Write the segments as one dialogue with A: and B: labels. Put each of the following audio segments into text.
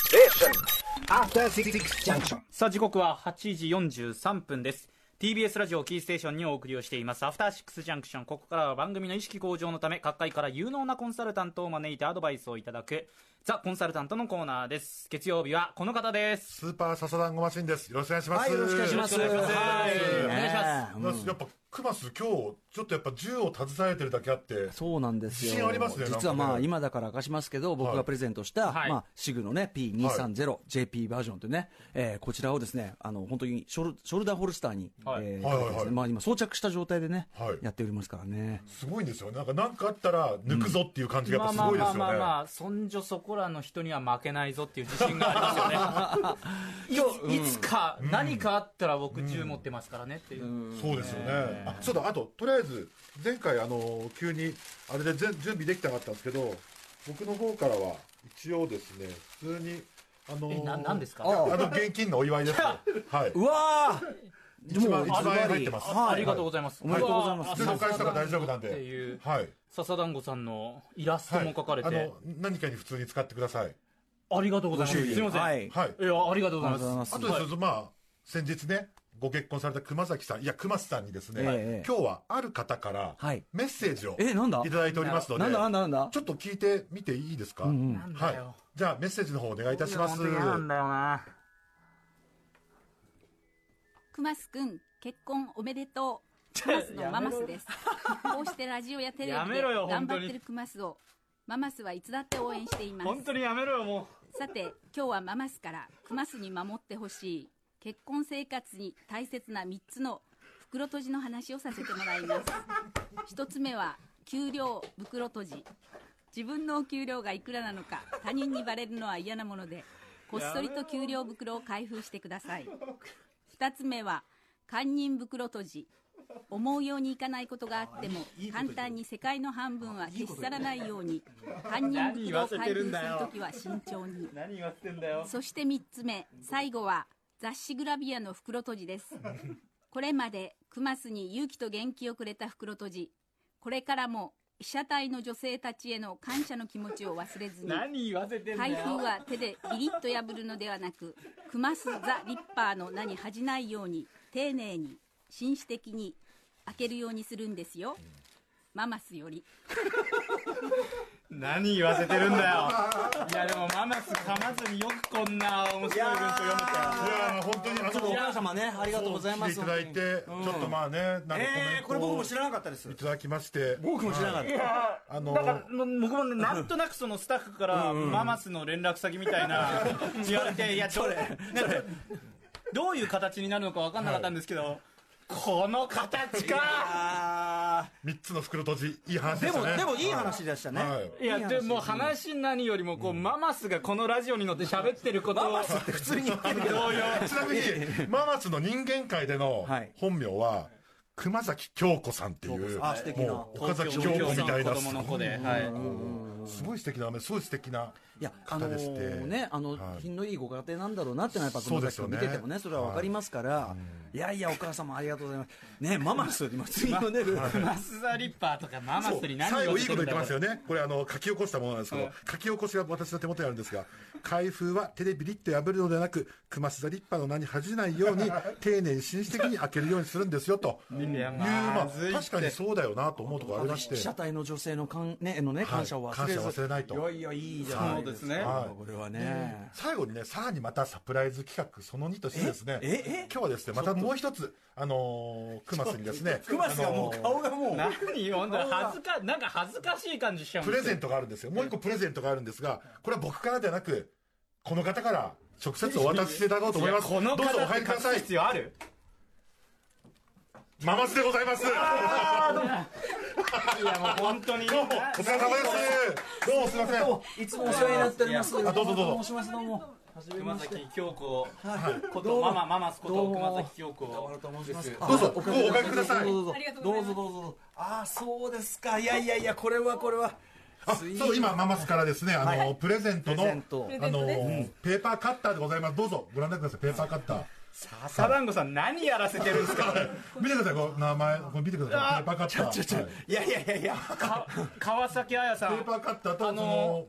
A: Station. After Six Junction.
B: さあ時刻は8時43分です TBS ラジオキーステーションにお送りをしていますアフターシックスジャンクションここからは番組の意識向上のため各界から有能なコンサルタントを招いてアドバイスをいただくザ・コンサルタントのコーナーです月曜日はこの方です
C: スーパーササダンゴマシンです。よろしくお願いしま
D: は
C: す。
D: いよろしくお願いします
B: よろしくお願いします
D: はい
B: お願いしま
C: なんかやっぱ、クマス、今日、ちょっとやっぱ銃を携えてるだけあって、
D: そうなんですよ
C: 自信ありますねなんかね
D: 実はまあ今だから明かしますけど僕
C: は
D: が
C: い
D: プレゼントした、
B: はい
D: まあ、シグのね P230JP バージョンというね、えーこちらをですねあの本当にショルショルダーホルスターに、
B: はい
D: えー
C: はいはいは
D: かけ
C: い
D: てですねまあ、今装着した状態でね、
C: はい
D: やっておりますから ね
C: すごいんですよね。なんか、なんかあったら、抜くぞっていう感じ
B: す
C: がやっぱすごいですよね。
B: まあまあまあまあそんじょそこらの人には負けないぞっていう自信がありますよねいついつか何かあったら僕銃持ってますからねっていう、
C: そうですよね。あ、そうだ、あと、とりあえず、前回、あの、急に、あれでぜん準備できてなかったんですけど、僕の方からは、一応ですね、普通に、あの
B: えななんですか
C: いやあの、現金のお祝いです。はい。
D: うわー
C: 一
D: でも
C: 万、一万円入ってます。
B: あありがとうございます、
D: おめでとうございます
B: わあ
C: 普通の会社なら大丈夫なんで。
B: っていう
C: はい。
B: 笹団子さんのイラスト
C: はい
B: も描かれて、
C: あの、何かに普通に使ってください。
B: ありがとうございます。すいません。
D: はい
B: い
C: はい。
B: や、ありがとうございます。
D: あ
C: あとです、まあ、先日ね、ご結婚された熊崎さん、いや、熊瀬さんにですね、
D: ええ
C: 今日はある方から
D: はい
C: メッセージを
D: えなんだ
C: いただいておりますので、
D: なんだなんだなんだ
C: ちょっと聞いてみていいですか、
B: なん
C: は
B: だ
C: い
B: よ。。
C: じゃあ、メッセージの方お願いいたします。
B: 本当に嫌なんだよな。
E: クマスくん、結婚おめでとう。クマスのママ スです。こうしてラジオやテレビで
B: やめろよ
E: 頑
B: 本当に
E: 張ってるクマスを、ママスはいつだって応援しています
B: 本。当にやめろよ、も
E: さて、今日はママスからクマスに守ってほしい、結婚生活に大切な3つの袋閉じの話をさせてもらいます。1つ目は、給料袋閉じ。自分のお給料がいくらなのか、他人にバレるのは嫌なもので、こっそりと給料袋を開封してください。2つ目は、堪忍袋閉じ。思うようにいかないことがあっても簡単に世界の半分は消し去らないように堪忍袋を開封するときは慎重に
B: う。何言わせてんだよ。
E: そして3つ目最後は雑誌グラビアの袋閉じですこれまでクマスに勇気と元気をくれた袋閉じこれからも被写体の女性たちへの感謝の気持ちを忘れずに
B: 何言わせてんだ
E: 開
B: よ。
E: 封は手でビリッと破るのではなくクマス・ザ・リッパーの名に恥じないように丁寧に紳士的に開けるようにするんですよママスより
B: 何言わせてるんだよ。いや、でもママス噛まずによくこんな面白い文章読め
C: い
B: たよ。
C: やー本当に、あそこ
D: お母様ねありがとうございます
C: 来ていただいて、ちょっとまあね、なんかコメ
D: え
C: ン
D: ー、
C: ト
D: これ僕
C: を
D: も
C: い
D: 知らなかったです
C: ただきまして、
D: 僕も知らなかった
C: あの
B: だから、もう僕もね、なんとなくそのスタッフから、ママスの連絡先みたいな、言われて、いや、ちょっどういう形になるのか分かんなかったんですけど、この形か
D: あ
C: 3つの袋閉じ、いい話
D: ー
C: で
D: で
C: した
D: も
C: ね。
D: でもいい話でしたね、
C: はい。
B: いや、でも話何よりも、こう、ママスがこのラジオに乗って喋ってることを、ママスって普通に言ってるけど、同様
C: ちなみに、ママスの人間界での
D: はい
C: 本名は、熊崎京子さんっていう、
D: あ素敵な
C: もう岡崎京子みたいな、
B: 子供の子で、
C: すごい素敵な、すごい素敵な。
D: いや、あの
C: でして
D: ーね、あの、
C: はい
D: 品のいいご家庭なんだろうなってのは、やっぱ、
C: そうですよね
D: 見ててもね、それはわかりますから、い、やいや、お母様ありがとうございます。ね、ママス、今、次のね、ルール
B: マスザリッパーとかママ
C: そ
B: ス
C: う
B: に
C: 最
B: 何を
C: 後いいこと言ってますよ
B: ね。
C: ね。これあの、書き起こしたものなんですけど、書き起こしが私の手元にあるんですが、開封は手でビリッと破るのではなく、熊須座立派の名に恥じないよ うに、丁寧に紳士的に開けるようにするんですよ、という、
B: や
C: ま
B: ま
C: あ、
B: ずいって
C: 確かにそうだよなと思うところありまして
D: 被。写体の女性の感、ね、のね、感謝を忘れず、
C: 感謝を忘れないと
D: いやいや、いいじゃないですか。
B: そうですね
D: はいこれはね。
C: 最後にね、さらにまたサプライズ企画その2としてですね、
D: えええ
C: 今日はですね、またもう一つ、あのー、クマスにですね、
D: クマスがもう
C: あのー
D: 顔がもう、
B: 何本当に恥ずか、なんか恥ずかしい感じしちゃうん
C: プ
B: です
C: レ
B: よ
C: ゼントがあるんですよ。もう一個プレゼントがあるんですが、これは僕からではなく、この方から直接お渡ししていただこうと思います。
B: いやこの
C: どうぞお
B: 方
C: 入りください
B: 必。要ある
C: ママスでございます。どうも、
B: いやもう本当に。
C: お疲れ様です。どうもすいません。
D: いつもお世話になっております。
C: あどうぞどうぞ
D: お邪魔します、どうも。
B: 熊崎京子ことママママスこと熊崎京子です。
C: どうぞ、どうぞおかけください。
D: どうぞどうぞどうぞどうぞああそうですかいやいやいやこれはこれは
C: あ、
D: スイー
C: そう、今、ママスからですね、あのー、プレゼントの、
D: プレゼント
C: あのー、ペーパーカッターでございます。どうぞ、ご覧になってください、ペーパーカッター。
B: 笹団子さん何やらせてるんですか
C: 見てください、この名前、これ見てください。ペーパーカッター。はい
B: いやいやいやいやか川崎綾さ
C: ペー
B: ん
C: パーカッターと、
B: あ
C: その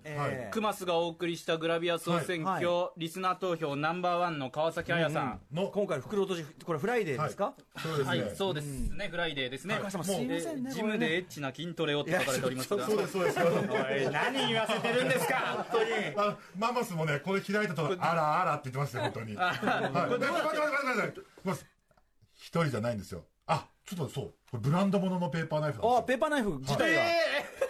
B: の、
C: は
D: え
C: い。
B: クマスがお送りしたグラビア総選挙、
D: はいは
B: リスナー投票ナンバーワンの川崎綾さん、
C: の、
D: 今回、袋とじ、これフライデーですか、
C: そうです
B: は
C: ね。
B: い、そうですね、フライデーですね。
D: 川島
B: もう
D: すいませんね
B: えージ
D: これね
B: ムでエッチな筋トレをって書かれておりますが。
C: そうです、そうです。
B: おい何言わせてるんですか、 本当に。
C: あママスもね、これ開いたと、あらあらって言ってましたよ、本当に。はい。待って待って待って待って待ってママス一人じゃないんですよ。あ、ちょっとそう。これブランド物のペーパーナイフなん
D: ああ、
C: です
D: ペーパーナイフ自体が、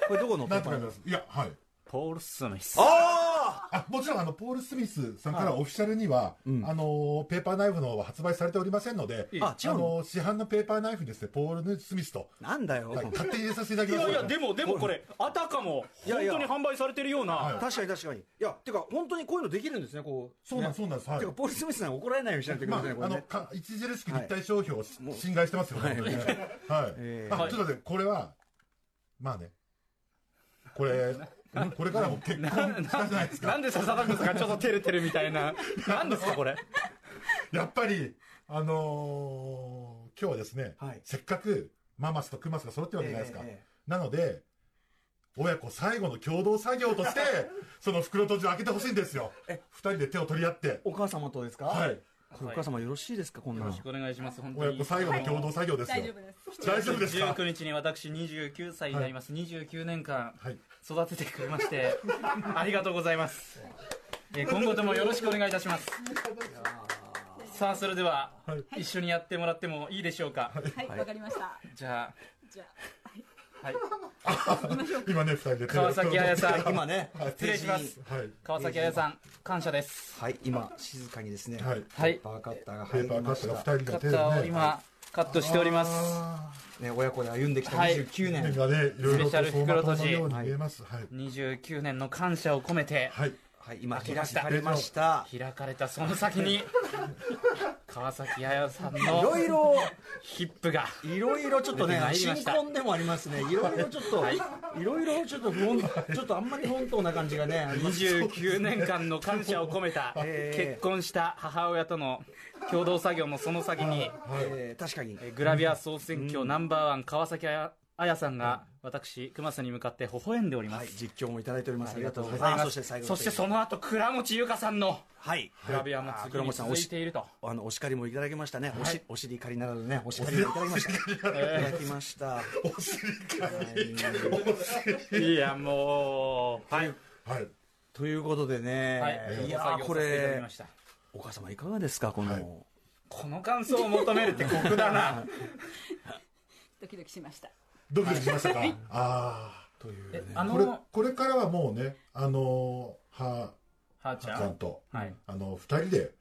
D: これどこの
C: よ。
D: ペ
C: な
D: ー
C: んて
D: パ
C: 書
D: ーナイ
C: いてま
D: フ
C: すいや、はい。
B: ポール・スミス。
D: あ
C: あもちろんあのポール・スミスさんからオフィシャルには、あのーペーパーナイフの方は発売されておりませんので、
D: あ違うの
C: のー市販のペーパーナイフにですねポール・スミスと、
D: あなんだよ、
C: はい勝手に入れさせていただ
B: い
C: きま
B: や
C: す
B: いや、でも、でもこれ、あたかも、
D: い
B: 本
D: やいや
B: 当に販売されてるよう
C: はい
B: な。
D: 確かに確かに。いや、てか、本当にこういうのできるんですね、こう。
C: そうなんです、そうなんです、はい
D: てか、ポール・スミスさんに怒られないようにしないといけ
C: ま
D: な
C: あ
D: いですね、こ
C: あ
D: れ
C: の
D: ね。
C: か著しく立体商標をし、侵害してますよね、本当にねはい
D: え
C: あちょっと待ってこれはまあねこれこれからも結婚したじゃないですか
B: なんで笹田君がちょっと照れてるみたいな。なんですか、これ。
C: やっぱり、あのー今日はですね、
D: はい
C: せっかくママスとクマスが揃ってるわけじゃないですか。
D: えええ
C: なので、親子最後の共同作業として、その袋閉じを開けてほしいんですよ。二人で手を取り合って。
D: お母様とですか
C: はい。
D: これお母様よろしいですか、こんな
B: よ
D: の
B: ろしくお願いします、本当
C: 親
B: に
C: 子。最後の共同作業ですよ。
E: 大丈夫です
C: 大丈夫ですか
B: 19日に私29歳になります。29年間
C: はい。
B: 育ててくれまして、ありがとうございます。えー今後ともよろしくお願いいたします。さあ、それでは、一緒にやってもらってもいいでしょうか。
E: はいわ、かりました
B: じゃ
E: じゃあ
B: あ、はい。
C: 今ね、二人で手を
B: 川崎綾さん、
D: 今ね、
B: 失礼します。
C: はい。
B: 川崎綾さん、感謝です。
D: はい、今、静かにですね、
C: はい。
B: はい
D: ペーパーカッターが
C: ペ
D: 入
C: ーパ
D: り
C: ーカ
D: ま
C: ッ
D: し
C: ト
D: た。
C: が二人
B: カ
C: の
B: ッ
C: 手で
B: ターを
C: ね。
B: 今、カットしております。
C: あー
D: ね、親子で歩んできた
B: はい
D: 29年、
C: がね、いろ
B: ス
C: いろと
B: ペシャル
C: 走馬灯
B: 袋閉
C: の
B: じ
C: ように見えます。はい。
B: 29年の感謝を込めて、
C: はい。
D: はい、今、
B: 開け
D: 開
B: ました
D: かれました。
B: 開かれたその先に、川崎綾さん
D: いろ
B: の
D: いろ、
B: ヒップが。
D: いろいろちょっとね
B: 出てま、いりま
D: 新
B: した
D: 婚でもありますね。いろいろちょっと、い、ろいろちょっと不 穏、ちょっとあんまり本当な感じがね、あります
B: 29年間の感謝を込めた
D: ええ
B: 結婚した母親との共同作業のその先に
D: えー確かに。
B: えグラビア総選挙ナンバーワン川崎あやさんが私熊瀬に向かって微笑んでおりま
D: はい、
B: す
D: 実況もいただいております。ありがとうござい
B: あ
D: ます。そ
B: そし
D: してて最
B: 最後
D: 後
B: のそしてその後倉持優香さんの
D: はい。
B: グラビアも
D: あー
B: 次
D: 倉
B: に
D: 本さん
B: 続
D: お
B: い
D: して
B: いると
D: あのお叱りもいただきましたね、おしお尻借りならぬね、お叱りもいただきました、いただきました、
C: お尻か
B: いやもうはい
C: はい。
D: ということでね、
B: はい
D: い、
B: い
D: や
B: や
D: ー、こ
B: これ
D: れ、お母様、いかがですか、この、
C: はい
B: この感想を求めるって酷だな
E: ドキドキしました
C: ドキドキしましたかあ
D: という
B: え
D: ね、
B: あ
C: あ。これ
B: の、
C: これからはもうね、あのー、は、
B: はーちゃ
C: ちゃん
B: ん
C: と、
B: はい
C: あの、二人で、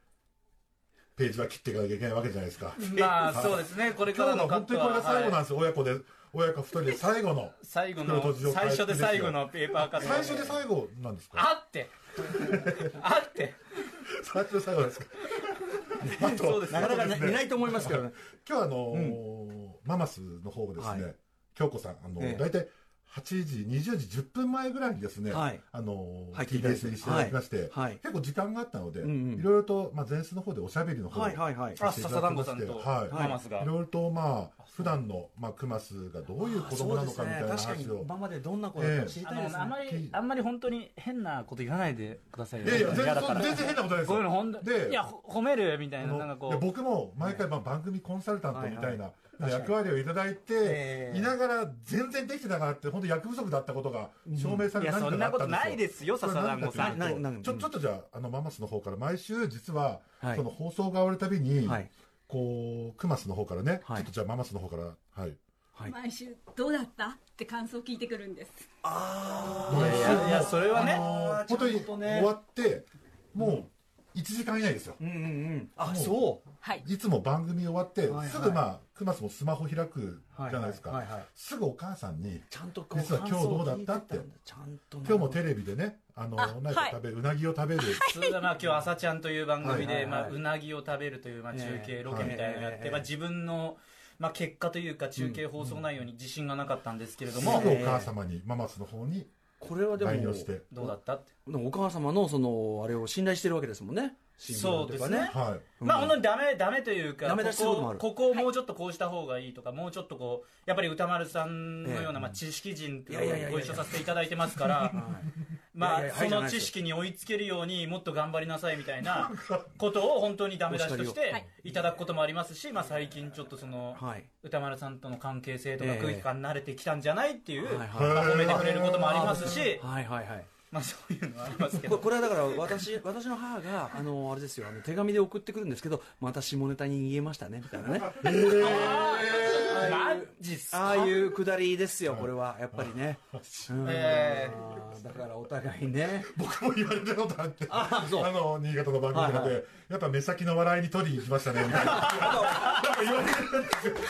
C: ページは切っていかなきゃいけないわけじゃないですか。
B: まあそうですねこれか
C: 今
B: ら
C: 日
B: の
C: の
B: カッ
C: 本当
B: ト
C: にこ
B: は
C: れが最後
B: は
C: ないんですよ、親子で、親子二人で最後の。
B: 最後
C: 袋
B: の
C: 閉じを
B: 最初で最後のペーパーカット
C: 最初で最後なんですか
B: あってあって
C: 最初で最後で すかあと、
B: そうです
D: なかなか
C: そうで
D: ね
C: すね
D: いないと思いますけどね、
C: 今日あのーママスの方ですね、
D: はい
C: 京子さんあの、
D: ええ
C: 大体8時20時10分前ぐらいにですね、
D: はい
C: あのー
D: 入っていただいて
C: TBS にしていただきまして、
D: はいはい
C: 結構時間があったので、
D: んうん
C: いろいろと、まあ、前室の方でおしゃべりの方を
D: はいはいはい、
B: あ笹団子さんと
C: はい
B: ママスが
C: いろいろとまあ普段のまあクマスがどういう子供なのかみたいな
D: そうですね確
C: 話
D: かに
C: を、
D: 今までどんな子だったか知り
B: あ
D: たいです
B: のあん
D: ね
B: まりあんまり本当に変なこと言わないでくださいよ
C: いやいや全
B: 嫌
C: 然
B: だから
C: 全然変なことないです
B: こういうの
C: よ
B: 本当
C: で
B: いやほ褒めるみたい
C: あ
B: な
C: の
B: なんか
C: で
B: こう
C: 僕も毎回まあ番組コンサルタントみたいな役割をいただい
D: え
C: て
D: え
C: いながら全然できてなかった本当役不足だったことが証明さ
B: い
C: れ
B: や
C: た
B: そんなことないですすよ笹田もさん
D: ななな
C: ちょちょっとじゃああのママスの方から毎週実は
D: はい
C: その放送が終わるたびに
D: はい
C: こうクマスの方からねちょ
D: はい
C: っとじゃあママスの方からはい
D: はい
E: 毎週どうだったって感想を聞いてくるんです
C: いやい
B: いやいやそれはね
D: あー
C: 本当に
D: ちゃんとね
C: 終わってもう1時間以内ですよ
D: うんうんうん、あ
C: もう
D: そう
E: はい
C: いつも番組終わって
D: はい
C: すぐまあクマスもスマホ開くじゃないです
D: はい
C: か
D: はいはい
C: すぐお母さんに
D: ちゃんとこう
C: 実は今日どうだったって
D: 感想を聞いたんだちゃんとね
C: 今日もテレビでね、あの、
E: あ
C: 何か食べ、うなぎを食べる。
B: それがまあ今日「朝ちゃん」という番組
D: はいはいは
B: で
D: い
B: まあうなぎを食べるというまあ中継ロケみたいなのをやっ
D: ええ
B: てまあ自分のまあ結果というか中継放送内容に自信がなかったんですけれど
C: すぐ
B: も
C: お母様に、ママスの方に
D: これはでも
C: 代入して。
B: どうだったって
D: お母様のそのあれを信頼してるわけですもんね新聞とかね。
C: はい。
B: まあ本当にダメダメというか
D: ダメ出しすることもあ
B: こ
D: る
B: こここをもうちょっとこうした方がいいとか、もうちょっとこうやっぱり歌丸さんのような、まあ、知識人と
D: いやいやいやいや
B: ご一緒させていただいてますからま
D: いやい
B: あ
D: や
B: そ
D: はいじゃ
B: の
D: ないですよ
B: 知識に追いつけるようにもっと頑張りなさいみた いなことを本当にダメ出しと
D: お
B: し
D: 叱り
E: をは
B: て
E: い
B: いただくこともありますし、まあ、最近ちょっとその
D: はい。
B: 歌丸さんとの関係性とか
D: ええ
B: 空気感慣れてきたんじゃないっていう、
D: はいはい
B: まあ褒めてくれることもありますし、
D: はいはいはい。
B: まあ、そういうのはありますけ
D: こ
B: ど
D: これはだから私 私の母があのあれですよあの手紙で送ってくるんですけどまた下ネタに言えましたねみたいなね
B: マジっすか
D: ああいうくだりですよこれはやっぱりねうん
B: え
D: だからお互いね
C: 僕も言われたことあって、あ
D: そう
C: の、新潟の番組とか
D: はい
C: で、やっぱ目先の笑いに取りに行きましたね、みた いな。なんか言われる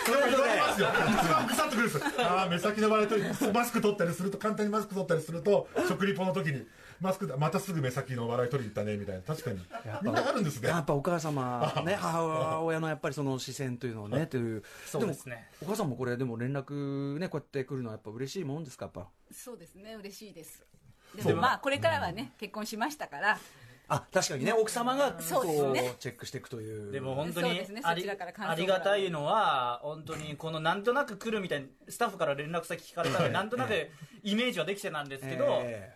C: それは言われますよ。一番腐ってくるんですよ。ああ、目先の笑い取り、マスク取ったりすると、簡単にマスク取ったりすると、食リポの時に、マスクだ、またすぐ目先の笑い取りに行ったね、みたいな。確かに。みんなあるんですね。
D: やっぱお母様ね母親のやっぱりその視線というのをねという
B: そうですね
D: もお母さんもこれでも連絡ねこうやって来るのはやっぱ嬉しいもんですかやっぱ
E: そうですね嬉しいです
C: そ
E: で
C: う
E: もまあこれからはね、結婚しましたから
D: あ確かにね奥様がこ
E: そうですね
D: チェックしていくという
B: でも本当
E: そう
B: に
E: ですね
B: あ
E: そ
B: り,、
E: ちらから感想が
B: ありがたいのは本当にこのなんとなく来るみたいにスタッフから連絡先聞かれたのでなんとなくイメージはできてなんですけど、
D: え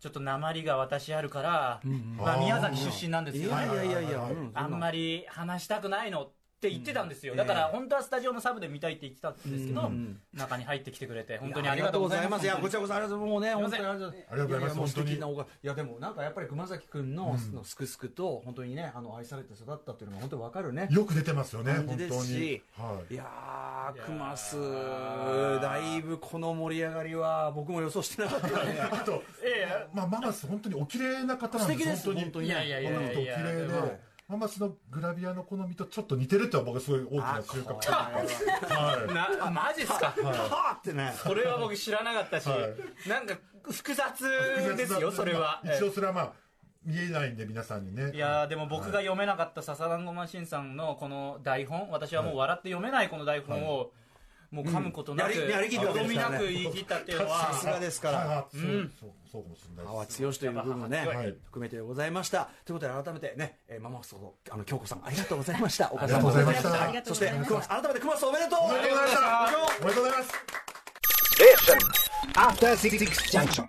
B: ちょっと鉛が私あるから、まあ、
C: あー
B: 宮崎出身なんです
D: えい
B: よ
D: やいやいやいや
C: はいはいはい
D: うん
B: あんまり話したくないのって言ってたんですよ、
D: うん
B: だか
D: え
B: ら
D: え
B: 本当はスタジオのサブで見たいって言ってたんですけど、
D: うん
B: 中に入ってきてくれて本当
D: い
B: に
D: や
B: ありがとうございます
D: いや、こちらこそありがとうございます。もうね、本
B: す
D: 当
B: い
D: にありが
B: ま
D: とう
C: ありがとうございま
D: や
C: す
D: やもう
C: 本当に
D: 素敵なおがいや、でもなんかやっぱり熊崎くんの、そのすくすくと、本当にね、あの、愛されて育ったっていうのが本当にわかるね。
C: よく出てますよね、
D: 感
C: 本
D: じ
C: 当
D: です
C: に
D: し。
C: はい
D: い。や
B: いや
D: ー、
B: ー
D: 熊須、だいぶこの盛り上がりは、僕も予想してなかった ね。
C: あと、まあ、ママス、本当にお綺麗な方なん
D: 素
C: です
D: 敵です
C: 本当に
D: 本当に
B: いやいやいや
C: 女の
B: いや
C: 子とお
B: い
C: 綺
B: や
C: 麗で
B: でも、
C: ママスのグラビアの好みとちょっと似てるっていうのは僕はすごい大きな収穫というか。はい。
B: なあマジっすか
D: はーってね。
B: それは僕知らなかったし、
C: は
B: なんか複雑ですよそれは、
C: 一応それはまあ、見えないんで皆さんにね。
B: いやーでも僕が読めなかった笹団子マシンさんのこの台本私はもう笑って読めないこの台本をもう噛むことなく
D: うんやりやりきったわけ
B: 挑
D: ですから
B: みな
D: ね
B: く言い切ったっていうの
D: さす
B: は
D: がですから。
C: はいはいそうそうそうかもしれない
D: 泡
C: です。
D: 強しという部分もね、
B: やっぱ
C: 強い
D: 含めてございました。ということで改めてね、えー、ママスとあの京子さんありがとうございました。お母さんも
C: ありがとうございました
E: ありが
D: そ
E: と
D: うし
E: ござ
D: て
E: いました
D: 熊須改めて熊須おめでとう。
C: おめでとうございましたおめでとうございます
A: After Six Junction.